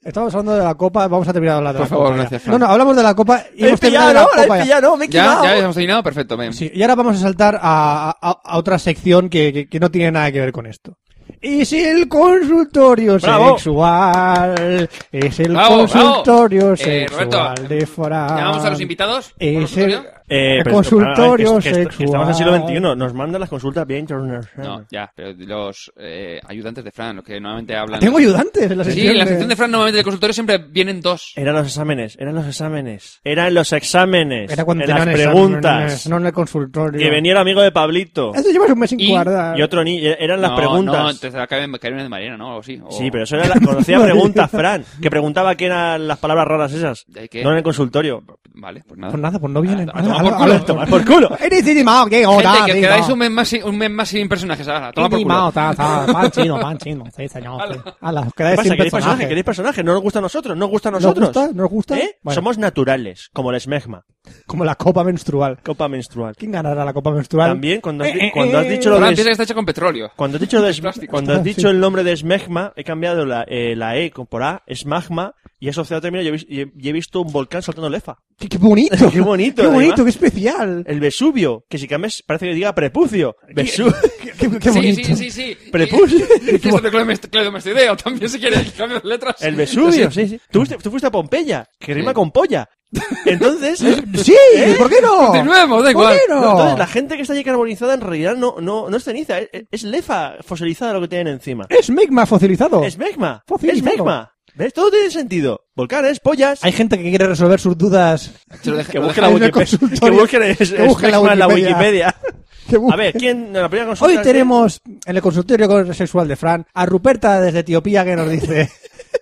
Estamos hablando de la copa, vamos a terminar hablando de la Por favor, copa ya. gracias, No, Fran. no, hablamos de la copa y ¿El hemos terminado de la pillado? copa ¿El ya. pillado? ¿Mickey ¿Ya, Mouse? ya hemos terminado, perfecto, ven. Sí, y ahora vamos a saltar a, a- a otra sección que, que- que no tiene nada que ver con esto. Y si el consultorio Bravo. sexual es el Bravo, bravo. consultorio Eh, sexual Roberto, de Fran. ¿Llamamos a los invitados? ¿Por Es el, consultorio? Eh, el pero esto- consultorio ah, es que esto- que sexual. Estamos en el siglo XXI, nos mandan las consultas bien internet. No, ya, pero los eh, ayudantes de Fran, los que normalmente hablan. Ah, Tengo ayudantes en la Sí, sección. en la sección de Fran normalmente del consultorio siempre vienen dos. Eran los exámenes, eran los exámenes, eran los exámenes, Era cuando en las tenían preguntas, exámenes, No en el consultorio. que venía el amigo de Pablito Eso llevas un mes sin Y- guardar. y otro ni e-, eran las no, No, Oh. preguntas. entonces acaba de caer una de Mariana, ¿no? O algo así. o- Sí, pero eso era la conocía preguntas, Fran, que preguntaba qué eran las palabras raras esas, ¿De qué? no en el consultorio. Vale, pues nada. Pues nada, pues no vienen. A- a tomar Ahora- por culo, ahora- a tomar Ah, por culo. Eres ilimado, qué hora. Gente, que sí, quedáis no. un mes más sin, un mes más sin personajes. Ahora, toma por culo. Ilimado, ta, ta, pan chino, pan chino. Sí, señor. sí. Ala, os ¿Qué pasa? quedáis sin ¿Queréis personaje? personaje. ¿Queréis personaje? No nos gusta a nosotros, no nos gusta a ¿Nos nosotros. gusta? ¿Nos gusta? ¿Eh? Bueno. Somos naturales, como el esmegma, Como la copa menstrual. copa menstrual. ¿Quién ganará la copa menstrual? También cuando has, Eh, di- eh, cuando has eh. dicho lo Fran de piensa que está este hecho con petróleo. Cuando has dicho, de- Plástico. cuando has Ah, dicho sí. el nombre de Smegma, he cambiado la, eh, la E con- por A, es magma, y he asociado también, y he vis- y he, y he visto un volcán soltando lefa. ¡Qué, qué bonito! Qué bonito, ¡Qué además. Eh, bonito! ¡Qué especial! El Vesubio, que si cambias parece que diga prepucio. Vesu- ¡Qué, qué- qué sí, bonito! sí, sí, sí. Prepucio. Y- y Fiesta de Claudio Mest- Claudio Mestideo también, si quieres, cambio de letras. El Vesubio, sí, sí. Tú, fuiste- tú fuiste a Pompeya, que rima con polla. Entonces, ¿eh? ¡Sí! ¿Por qué no? Continuemos, da ¿Por igual. qué no, entonces no? la gente que está allí carbonizada en realidad no, no, no es ceniza, es, es lefa fosilizada lo que tienen encima. Es Megma fosilizado. Es magma, es Fosilizado. magma. ¿Ves? Todo tiene sentido. Volcanes, pollas. Hay gente que quiere resolver sus dudas. Se lo deja- Que lo busque deja- la dejáis en el Wikipedia. Que consultorio. busque el- Que el busque la Smegma en la Wikipedia. Wikipedia. Que busque. A ver, ¿quién? La primera consulta Hoy es de- tenemos en el consultorio sexual de Fran a Ruperta desde Etiopía que nos dice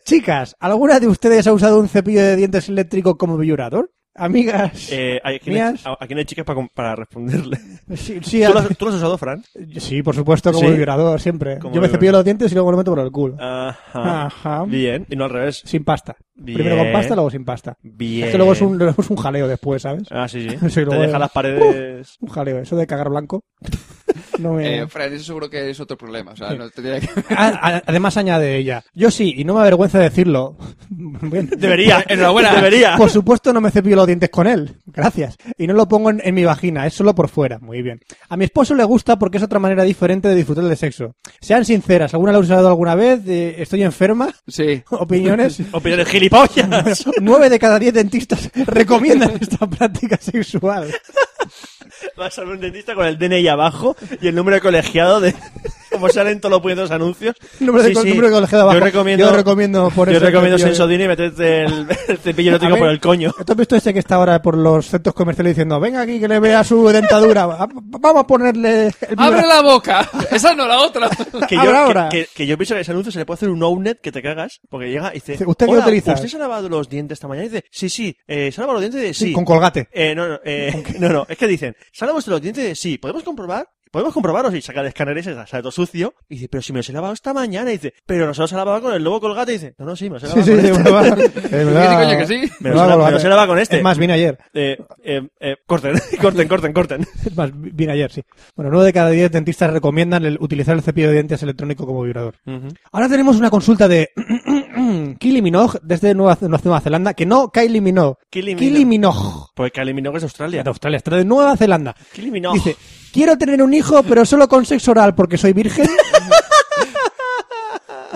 Chicas, ¿alguna de ustedes ha usado un cepillo de dientes eléctrico como vibrador? Amigas. Eh, aquí, no hay, Mías. aquí no hay chicas para, com- para responderle. sí, sí, ¿Tú a- lo, has- tú lo has usado, Fran? sí, por supuesto, como Sí. vibrador, siempre. Como Ah. Yo me vibrador. cepillo los dientes y luego lo meto por el culo. Ajá. Ajá. Bien. Y no al revés. Sin pasta. Bien. Primero con pasta, luego sin pasta. Bien. Es que luego es un, luego es un jaleo después, ¿sabes? Ah, sí, sí. Sí, Te luego- Uh. deja las paredes... Un jaleo, eso de cagar blanco. No me... Ah, Eh, Fran, eso seguro que es otro problema. O sea, no tendría que... A- a- además añade ella, yo sí, y no me avergüenza decirlo. Bien. Debería. Enhorabuena. Debería. Por supuesto no me cepillo los dientes con él, gracias. Y no lo pongo en, en mi vagina, es solo por fuera, muy bien. A mi esposo le gusta porque es otra manera diferente de disfrutar del sexo. Sean sinceras, ¿alguna lo ha usado alguna vez? Eh, ¿Estoy enferma? Sí. ¿Opiniones? Opiniones gilipollas. Nueve de cada diez dentistas recomiendan esta práctica sexual. Vas a un dentista con el DNI abajo y el número de colegiado de... Como salen todos los puñetos anuncios. Número de Sí, co- sí. número de colegiado abajo. Yo recomiendo... Yo recomiendo ponerse Yo recomiendo el- Sensodine y meterte el, el cepillo eléctrico A por ver, el coño. ¿Tú has visto ese este que está ahora por los centros comerciales diciendo, venga aquí que le vea su dentadura? Va- Vamos a ponerle el ¡Abre vibra-". la boca! Esa no, la otra. Que Habla yo, ahora. que, que- que yo pienso que ese anuncio se le puede hacer un outnet que te cagas, porque llega y dice, Dice, ¿usted qué "Hola, utiliza?" ¿Usted se ha lavado los dientes esta mañana? Y dice, sí, sí, eh, ¿se ha lavado los dientes? Y dice, sí. Con colgate. Eh, no, no, eh, no, no, es que dicen, ¿se ha lavado usted los dientes? Y dice, sí, ¿podemos comprobar? Podemos comprobaros y saca el escáner ese, sale todo sucio. Y dice, pero si me los he lavado esta mañana. Y dice, pero no se los ha lavado con el lobo colgate. Y dice, no, no, sí, me los he Sí, lavado con sí, sí, este". me va- eh, me Sí, va- coño, que sí. Me me los he la- va me colgate. los he lavado con este. Es más, vine ayer. Eh, eh, eh, corten, corten, corten, corten. Es más, vine ayer, sí. Bueno, nueve de cada diez dentistas recomiendan el- utilizar el cepillo de dientes electrónico como vibrador. Ahora tenemos una consulta de Kylie Minogue desde Nueva, Nueva Zelanda, que no Kylie Minogue. Kylie Kylie Minogue. Minogue. Pues que eliminó que es Australia. De Australia, está de Nueva Zelanda. Kylie Minogue. Dice, quiero tener un hijo, pero solo con sexo oral porque soy virgen.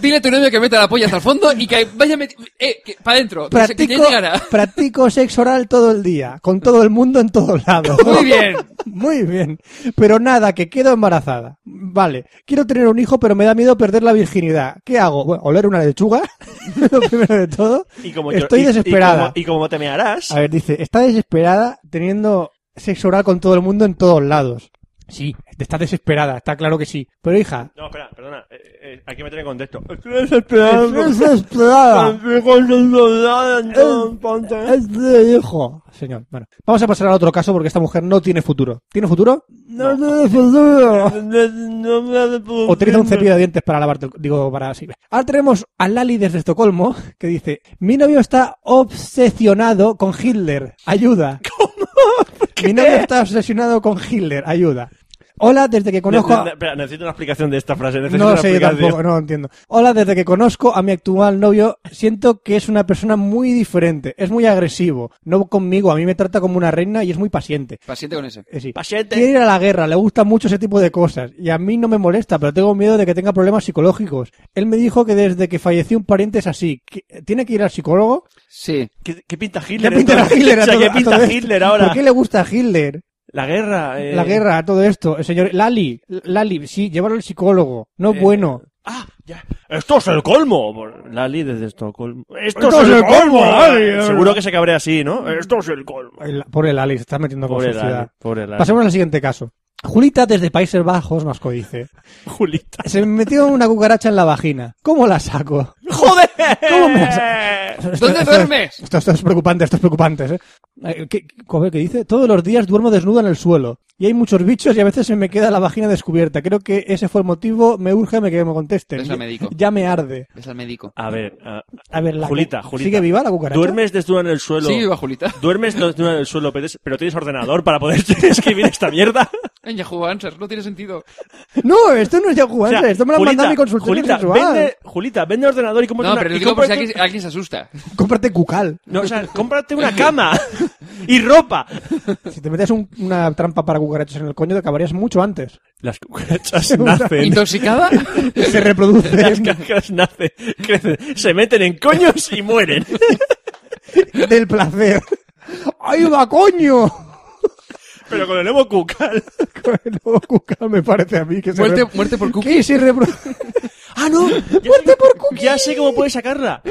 Dile a tu novio que meta la polla hasta el fondo y que vaya meti- eh, que, para adentro. Pues Que, se- que ya practico, llegará. practico sexo oral todo el día, con todo el mundo en todos lados. Muy bien. Muy bien. Pero nada, que quedo embarazada. Vale, quiero tener un hijo, pero me da miedo perder la virginidad. ¿Qué hago? Bueno, oler una lechuga, lo primero de todo. Y como yo- Estoy y- y desesperada. como- Y como, te me harás. A ver, dice, está desesperada teniendo sexo oral con todo el mundo en todos lados. Sí, está desesperada, está claro que sí. Pero hija, No, espera, perdona. Eh, eh, hay que meter en contexto. es desesperada. Pero Es de hijo. Señor, bueno. Vamos a pasar al otro caso porque esta mujer no tiene futuro. ¿Tiene futuro? No, tiene futuro. Utiliza un cepillo de dientes para lavarte, el- digo, para así. Ahora tenemos a Lali desde Estocolmo que dice, mi novio está obsesionado con Hitler, ayuda. ¿Cómo? Mi novio está obsesionado con Hitler, ayuda. Hola, desde que conozco... a- Espera, necesito una explicación de esta frase. Necesito No una sé, yo explicación. tampoco, no entiendo. Hola, desde que conozco a mi actual novio, siento que es una persona muy diferente. Es muy agresivo. No conmigo, a mí me trata como una reina y es muy paciente. Paciente con ese. Es decir, Paciente. Quiere ir a la guerra, le gusta mucho ese tipo de cosas. Y a mí no me molesta, pero tengo miedo de que tenga problemas psicológicos. Él me dijo que desde que falleció un pariente es así. que- ¿Tiene que ir al psicólogo? Sí. ¿Qué, qué pinta ¿Qué Hitler? pinta entonces? Hitler, a O sea, todo- ¿qué a pinta todo esto? Hitler ahora? ¿Por qué le gusta Hitler? La guerra. eh. La guerra, todo esto. El señor Lali, Lali, sí, llévalo al psicólogo. No es Eh, bueno. Ah, ya. Esto es el colmo. Lali desde Estocolmo. Esto, Esto es el colmo. Ah, Lali. Seguro que se cabrea así, ¿no? Esto es el colmo. El- Pobre Lali, se está metiendo con Pobre sociedad. Lali. Pobre Lali. Pasemos al siguiente caso. Julita desde Países Bajos nos codice. Julita. Se me metió una cucaracha en la vagina. ¿Cómo la saco? ¡Joder! ¿Cómo me has- Esto- ¿Dónde esto- duermes? Esto, esto es preocupante, esto es preocupante. ¿eh? Eh, ¿Qué, qué- a ver, qué dice? Todos los días duermo desnudo en el suelo. Y hay muchos bichos y a veces se me queda la vagina descubierta. Creo que ese fue el motivo. Me urge me- que me contesten. Ves al médico. Ya me arde. Ves al médico. A ver, a- A ver, la Julita, cu- Julita. ¿Sigue viva la cucaracha? duermes desnuda en el suelo. Sí, viva Julita. Duermes desnuda en el suelo, pero es- pero tienes ordenador para poder escribir esta mierda. En Yahoo Answers, no tiene sentido. No, esto no es ya jugarse. O sea, esto me lo han Julita, mandado a mi consultorio Julita, sexual. vende, Julita, vende ordenador y cómprate No, una... pero Pues y lo digo por si cómprate- alguien, alguien se asusta. Cómprate cucal. No, o sea, cómprate una cama y ropa. Si te metes un- una trampa para cucarachas en el coño, te acabarías mucho antes. Las cucarachas nacen. ¿Intoxicada? Se Las reproducen cucarachas nacen, crecen, se meten en coños y mueren. del placer. ¡Ay, va coño! Pero con el emo cucal. Con el nuevo cucal me parece a mí que se Muerte, repro- muerte por cookie. ¿Qué? Se repro- ¡Ah, no! ¡Muerte por cookie! Ya sé cómo puedes sacarla.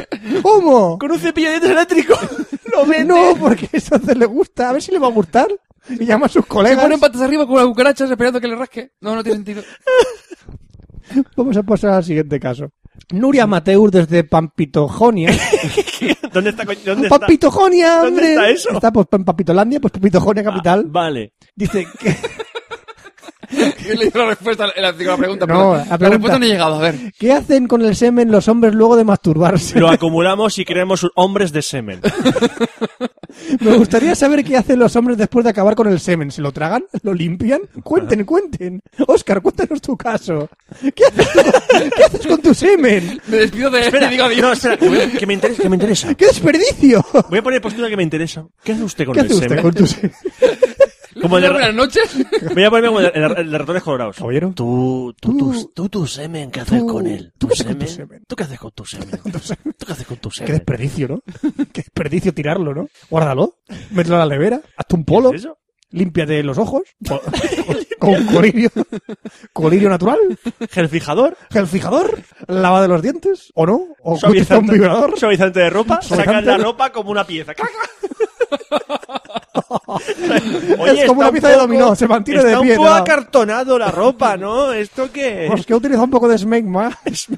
¿Cómo? Con un cepillo de dientes eléctrico. ¡Lo ve! No, porque eso se le gusta. A ver si le va a gustar. Y llama a sus Se colegas. ponen patas arriba con las cucarachas esperando que le rasque. No, no tiene sentido. Vamos a pasar al siguiente caso. Nuria Mateus desde Pampitojonia. ¿Dónde está? coño? ¿Dónde está? Pampitojonia, ¿Dónde hombre. está eso? Está pues, en Papitolandia, pues Pampitojonia Ah, capital. vale. Dice que, Yo le hice la respuesta, la, la pregunta, No, pero la la pregunta- respuesta no he llegado, a ver. ¿qué hacen con el semen los hombres luego de masturbarse? Lo acumulamos y creamos hombres de semen. Me gustaría saber qué hacen los hombres después de acabar con el semen. ¿Se lo tragan? ¿Lo limpian? Cuenten, cuenten. Óscar, cuéntanos tu caso. ¿Qué haces, tú- qué haces con tu semen? Me despido de él y digo adiós. No, espera, que me- que me interesa. Que me interesa. ¡Qué desperdicio! Voy a poner postura que me interesa. ¿Qué hace usted con ¿Qué el hace usted semen? con tu semen? Como el de- Buenas noches. Voy a ponerme como el de- el de ratones colorados. Caballero. Tú, tú, tú, tú, tu semen, ¿qué haces tú- con él? ¿tú qué haces con tu semen? semen? ¿Tú qué haces con tu semen? ¿Tú qué haces con tu Qué semen? desperdicio, ¿no? Qué desperdicio tirarlo, ¿no? Guárdalo, mételo a la nevera, hazte un polo, ¿Es eso? límpiate los ojos con colirio, colirio natural, ¿El fijador? gel fijador, lava de los dientes, o no, o utiliza un Suavizante, vibrador. suavizante de ropa. Sacas Suavizante. la ropa como una pieza. ¡Clac, clac! es como está una un pieza de poco- dominó, se mantiene Está de pie. un poco ¿no? acartonado la ropa, ¿no? ¿Esto qué Pues que he utilizado un poco de smegma. es?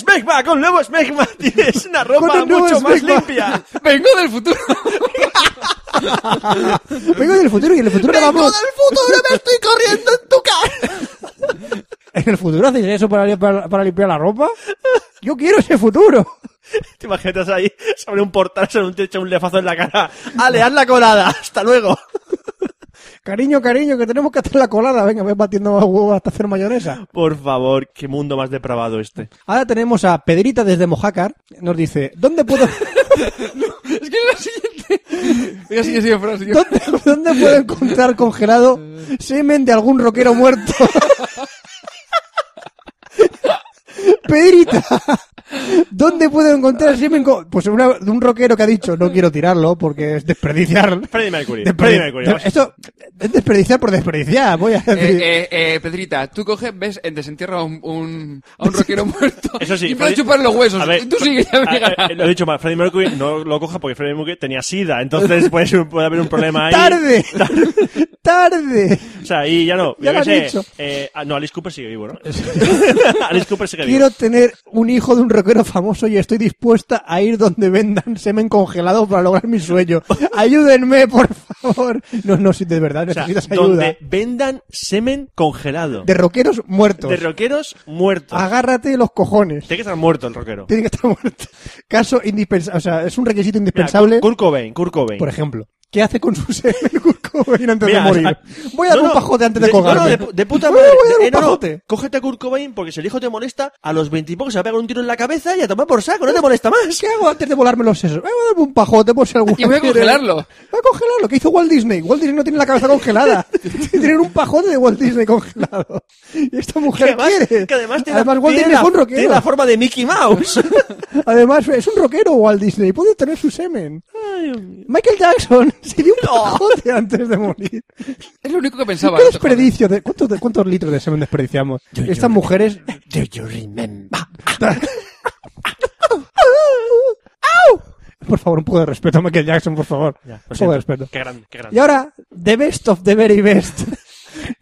¡Smegma! ¡Con nuevo Smegma! Tienes una Con ropa el nuevo mucho más Smegma. limpia. Vengo del futuro. Vengo del futuro y en el futuro vamos... futuro me estoy corriendo en tu cara! ¿En el futuro haces eso para, li- para- para limpiar la ropa? Yo quiero ese futuro. Te imaginas ahí sobre un portal, sobre un techo, un lefazo en la cara. ¡Ale, haz la colada! ¡Hasta luego! Cariño, cariño, que tenemos que hacer la colada. Venga, ven batiendo huevos hasta hacer mayonesa. Por favor, qué mundo más depravado este. Ahora tenemos a Pedrita desde Mojácar. Nos dice, ¿dónde puedo, Es que es la siguiente. Venga, sigue, sigue, Fran, sigue. ¿dónde, dónde puedo encontrar congelado semen de algún rockero muerto? Pedrita, ¿dónde puedo encontrar semen? co- Pues una- de un rockero que ha dicho, no quiero tirarlo porque es desperdiciar. Freddie Mercury. Desperdi- Freddie Mercury. vamos. esto es desperdiciar por desperdiciar, voy a decir. Eh, eh, eh, Pedrita, tú coges, ves, eh, desentierra a un, un- a un rockero muerto. Eso sí. Y para Freddie- chupar los huesos. A ver, tú sigue, ya me a- llegará. eh, Lo he dicho mal. Freddie Mercury no lo coja porque Freddie Mercury tenía sida. Entonces puede, ser- puede haber un problema ahí. ¡Tarde! ¡Tarde! O sea, y ya no. yo Ya lo qué han sé, dicho. eh, ah, no, Alice Cooper sigue vivo, ¿no? Alice Cooper sigue vivo. Quiero tener un hijo de un rockero famoso y estoy dispuesta a ir donde vendan semen congelado para lograr mi sueño. Ayúdenme, por favor. No, no, si de verdad O sea, necesitas ayuda. donde vendan semen congelado. De rockeros muertos. De rockeros muertos. Agárrate los cojones. Tiene que estar muerto el rockero. Tiene que estar muerto. Caso indispensable. O sea, es un requisito Mira, indispensable. Kurt Cobain, Kurt Cobain. por ejemplo, ¿qué hace con su semen Kurt Cobain antes Mira, de morir? a- Voy a dar no, un no, pajote antes de, no, no, colgarme. de, de puta No, madre. voy a dar un Eh, no, no, pajote. Cógete a Kurt Cobain porque si el hijo te molesta, a los 20 y pocos se va a pegar un tiro en la cabeza y a tomar por saco. No te molesta más. ¿Qué hago antes de volarme los sesos? Voy a darme un pajote por si alguno Y voy a quiere. congelarlo. Voy a congelarlo, que hizo Walt Disney. Walt Disney no tiene la cabeza congelada. Tienen un pajote de Walt Disney congelado. Y esta Que mujer además, quiere. que además tiene, Además, la, Walt tiene Disney la- fue un tiene rockero. la forma de Mickey Mouse. Además, es un rockero Walt Disney. Puede tener su semen. Michael Jackson se dio un pajote antes de morir. Es lo único que pensaba. Qué no te jodas. desperdicio. de- ¿Cuántos, de- cuántos litros de semen desperdiciamos? Estas mujeres... Do you remember? Por favor, un poco de respeto a Michael Jackson, por favor. un poco de respeto. Qué grande, qué grande. Y ahora, The Best of the Very Best.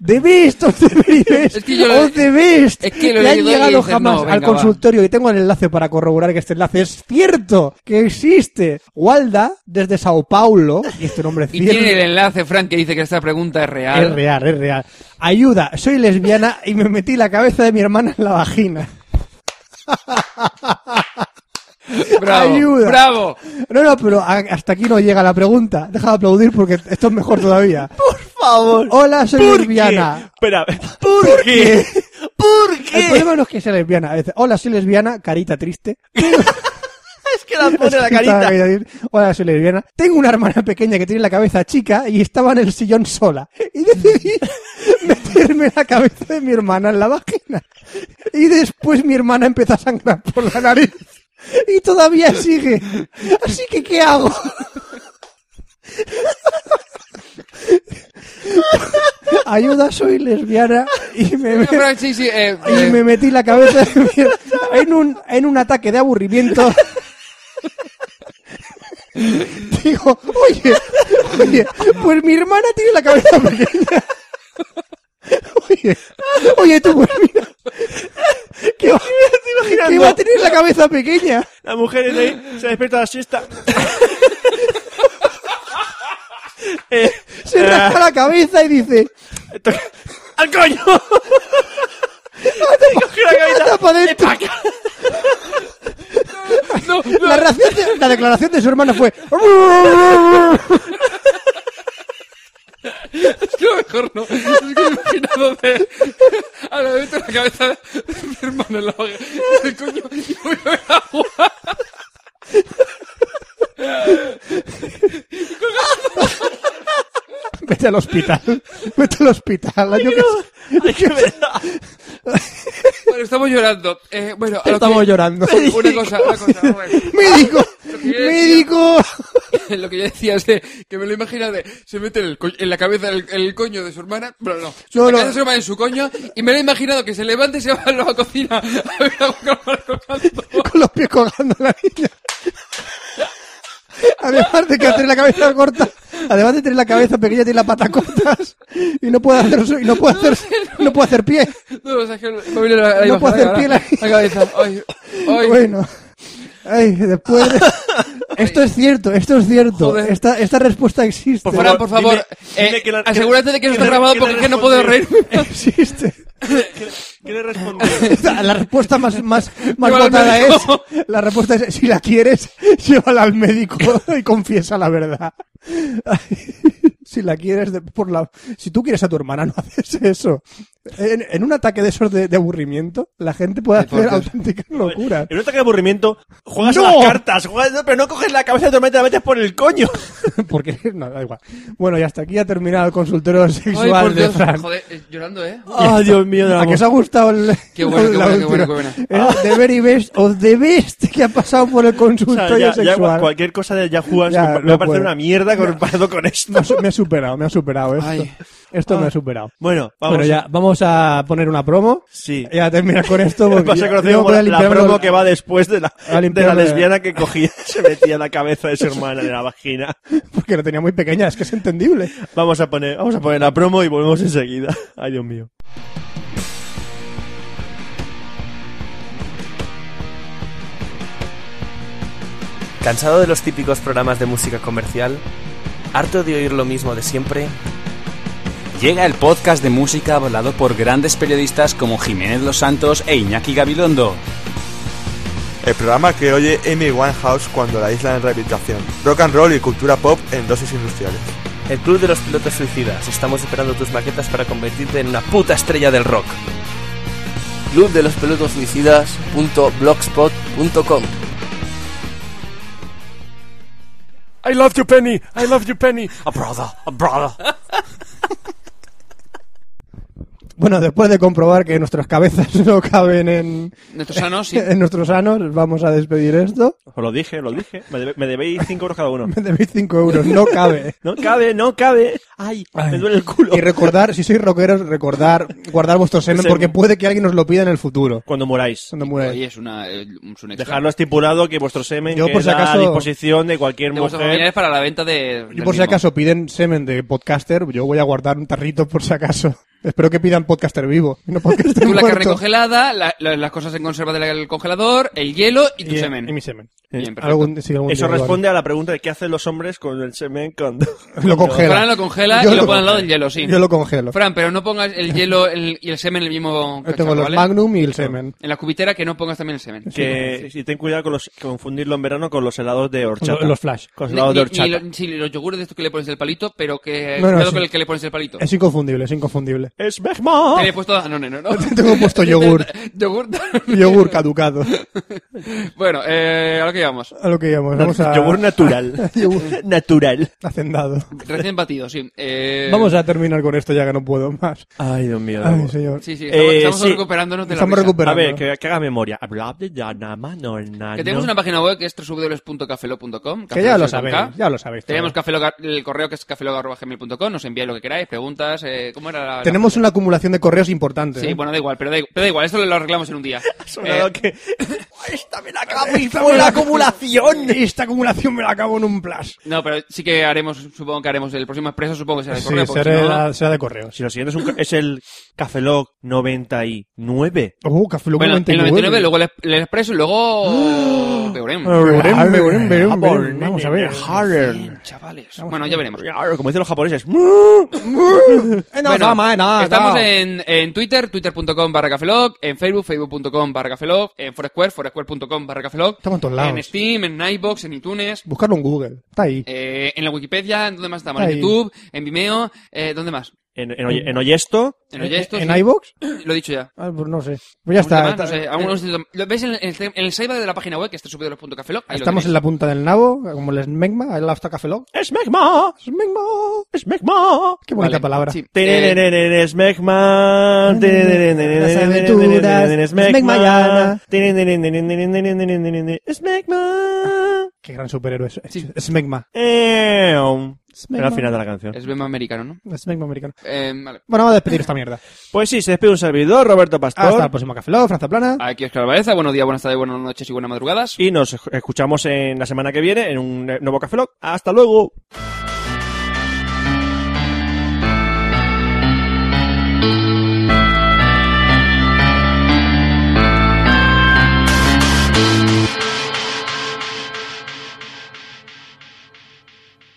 The Best of the Very Best. Es que yo lo- o The Best. es que lo he han leído y llegado dices, jamás no, venga, al va. consultorio. Y tengo el enlace para corroborar que este enlace es cierto, que existe. Walda, desde Sao Paulo, y este nombre es Y tiene el cierto. enlace, Frank, que dice que esta pregunta es real. Es real, es real. Ayuda, soy lesbiana y me metí la cabeza de mi hermana en la vagina. Bravo. Ayuda. Bravo. No, no, pero a- hasta aquí no llega la pregunta. Deja de aplaudir porque esto es mejor todavía. Por favor. Hola, soy Oh, ¿Por lesbiana. qué? Espera, ¿por qué? ¿Por El qué? problema no es que sea lesbiana. A veces, hola, soy lesbiana, carita triste. Es que la pone la carita. Hola, soy lesbiana. Tengo una hermana pequeña que tiene la cabeza chica y estaba en el sillón sola. Y decidí meterme la cabeza de mi hermana en la vagina. Y después mi hermana empezó a sangrar por la nariz. Y todavía sigue. Así que, ¿qué hago? Ayuda, soy lesbiana y me... Venga, Frank, sí, sí, eh, eh, y me metí la cabeza de mier- en un, en un ataque de aburrimiento. Digo, oye, oye, pues mi hermana tiene la cabeza pequeña. Oye, oye, tú, pues mira. ¿Qué va? imaginando. Que iba a tener la cabeza pequeña. La mujer es ahí, se despierta a la siesta. eh, Se rasca la cabeza y dice, to- ¡Al coño! Y coge la ¡Anda cabeza. pa' dentro! No, La, reacción de- la declaración de su hermano fue, es que lo mejor no. Es que me he imaginado de. A la vez en la cabeza de mi hermano en la hoja. El coño, yo voy a ver agua. vete al hospital, vete al hospital. Yo qué sé. Hay que ver. Bueno, estamos llorando. Eh, bueno, a lo Estamos que- llorando. Una cosa, una cosa. bueno. ¡Médico! ¡Médico! lo que yo decía es de, que me lo imagina de se mete en, el co- en la cabeza el, el coño de su hermana pero no, su, No, la no. cabeza de su hermana en su coño y me lo he imaginado que se levante y se va a la cocina a ver algo que lo van colgando. Con los pies colgando la niña. Además de que hacer la cabeza corta, además de tener la cabeza pequeña, tiene las patas cortas y no puede hacer, su- y no puede hacer, no puede hacer pie. no, o sea, que me viene la, la No imagen, puedo hacer la- pie la, la- la cabeza ay, ay. Bueno. Ay, después de- Esto es cierto, esto es cierto. Joder. Esta, esta respuesta existe. Por Fran, por Dime- favor, dime eh, que la- que- asegúrate de que no que la- está grabado que la porque es que no puedo reír. respondió. Existe. ¿Qué le respondió? Esta- la respuesta más, más, más Llévala al votada es... médico. La respuesta es, si la quieres, llévala al médico y confiesa la verdad. Ay, si la quieres, de- por la, si tú quieres a tu hermana, no haces eso. En, en un ataque de esos de, de aburrimiento, la gente puede hacer Deportes. auténticas locuras. En un ataque de aburrimiento, juegas a ¡No! las cartas, juegas, no, pero no coges la cabeza de tu hermana y te la metes por el coño. Porque, no, da igual. Bueno, y hasta aquí ha terminado el consultorio Ay, sexual por de Dios, Fran. joder, eh, llorando, ¿eh? ¡Ah, Dios mío! ¿A que os ha gustado el, Qué bueno, qué la bueno, qué bueno, última? qué Era the very best of the best que ha pasado por el O sea, consultorio ya- ya sexual. cualquier cosa de Yahoo Ya, me va no a parecer puedo. una mierda comparado con esto. Me ha- Me ha superado, me ha superado esto. Ay. Esto me ha superado. Bueno, vamos. Bueno, ya vamos a poner una promo. Sí. Ya terminar con esto. Porque Vas a yo- conocer yo como voy a la, la limpiarme promo los- que va después de la, a de la limpiarme- lesbiana que cogía, se metía la cabeza de su hermana en la vagina. Porque lo tenía muy pequeña, es que es entendible. Vamos a poner, vamos a poner la promo y volvemos enseguida. Ay, Dios mío. ¿Cansado de los típicos programas de música comercial? ¿Harto de oír lo mismo de siempre? Llega el podcast de música hablado por grandes periodistas como Jiménez Los Santos e Iñaki Gabilondo. El programa que oye Amy Winehouse cuando la aíslan en rehabilitación. Rock and roll y cultura pop en dosis industriales. El Club de los Pilotos Suicidas. Estamos esperando tus maquetas para convertirte en una puta estrella del rock. Club de los pelotos suicidas.blogspot.com I love you, Penny. I love you, Penny. A brother, a brother. Bueno, después de comprobar que nuestras cabezas no caben en, Nuestros sanos, sí. en nuestros anos, vamos a despedir esto. Os lo dije, os lo dije. Me, debe- me debéis 5 euros cada uno. Me debéis 5 euros, no cabe. No cabe, no cabe. Ay, me duele el culo. Y recordar, si sois rockeros, recordar, guardar vuestro semen, Semen. porque puede que alguien os lo pida en el futuro. Cuando moráis. Cuando muerais. Oye, es una, eh, es un extra. Dejarlo estipulado que vuestro semen Yo, queda por si a acaso- disposición de cualquier De vuestros mujer. familiares para la venta de. Yo por si acaso piden semen de podcaster, yo voy a guardar un tarrito por si acaso. Espero que pidan podcaster vivo, y no podcaster Tú la carne muerto. congelada, la- la- las cosas en conserva del congelador, el hielo y tu semen. Y mi semen. Bien, perfecto. Algún- sí, algún Eso día lo haré. responde a la pregunta de qué hacen los hombres con el semen cuando... Lo congela. Fran lo congela Yo y lo pone al lado del congelo. hielo, sí. Yo lo congelo. Fran, pero no pongas el hielo el- y el semen en el mismo Yo cacharro, tengo los ¿vale? Magnum y el semen. En la cubitera que no pongas también el semen. Que y ten cuidado con los, confundirlo en verano con los helados de horchata. Los, los flash. con los Ni- helados de ni- horchata. ni lo- sí, los yogures de estos que le pones el palito, pero que... No, no, cuidado sí. con el que le pones el palito. Es inconfundible, es inconfundible. Es Bergman. Que le he puesto... ah, No, no, no. no. Tengo puesto yogur. yogur. Yogur caducado. bueno, eh, ahora que llevamos. A lo que llamamos. Vamos a... Yogur natural. Yogur natural. hacendado. Recién batido, sí. Eh, Vamos a terminar con esto ya que no puedo más. Ay, Dios mío. Ay, señor. Sí, sí, estamos, Eh, estamos sí. recuperándonos de la Estamos risa. recuperando. A ver, que, que haga memoria. Habla de Yanama, no, na, Que tenemos no. una página web que es www.cafelo.com. Que ya Cafelo lo es con sabéis, K. ya lo sabéis. Tenemos cafelo, el correo que es cafelo.gmail.com, nos enviáis lo que queráis, preguntas, eh, ¿cómo era la- la...? Tenemos una acumulación de correos importante. Sí, ¿eh? bueno, da igual, pero da, igual- pero da igual, esto lo arreglamos en un día. Ha sonado Eh, que esta me la acabo y fue la acumulación. Esta acumulación me la acabo en un plus. No, pero sí que haremos, supongo que haremos el próximo expreso, supongo que será de Sí, correo. porque si no- será, será de correos. Si lo siguiente es, un ca- es el Café Lock 99. Uh, Café Lock Bueno, el 99. 99, luego el, el expreso y ¡Oh! luego... Beurem. Ah, Veremos, veremos, veremos, veremos. Vamos a ver. Bien, chavales. Bueno, ya veremos. Claro, Como dicen los japoneses. Bueno, Dama, eh, nada, estamos nada. en, en Twitter, twitter.com barra cafelog, en Facebook, facebook.com barra cafelog, en Foursquare, foursquare.com barra cafelog, Estamos en todos lados. en Steam, en Nightbox, en iTunes, Buscarlo en Google. Está ahí. eh, en la Wikipedia, ¿en dónde más estamos? En Ahí. YouTube, en Vimeo, eh, ¿dónde más? En, en, Oye- en Oyesto, En Oyesto, Eh, ¿En sí. iVoox? Lo he dicho ya. Ah, pues no sé. Pues ¿Dónde ya está. más? No está- sé, aún no sé dónde- ¿Lo ¿Ves en, el- en el sidebar de la página web que está subido a los puntos cafelog? Ahí lo Estamos en tenéis. la punta del nabo, como el Smegma, el Afta Café Lock. ¡Es Megma! Smegma. ¡Es Megma! Qué bonita Vale, palabra. sí. Eh, Las aventuras Smegmayana. Smegma Qué gran superhéroe es. es- Sí. Smegma. Era Smegma. el final de la canción es Bema americano, ¿no? Smegma americano. Eh, vale. Bueno, vamos a despedir esta mierda. Pues sí, se despide un servidor Roberto Hasta el Pastor próximo Café Lock, Franza Plana. Aquí Oscar Baeza, buenos días, buenas tardes, buenas noches y buenas madrugadas. eh, y nos escuchamos en la semana que viene en un nuevo Café Lock. ¡Hasta luego!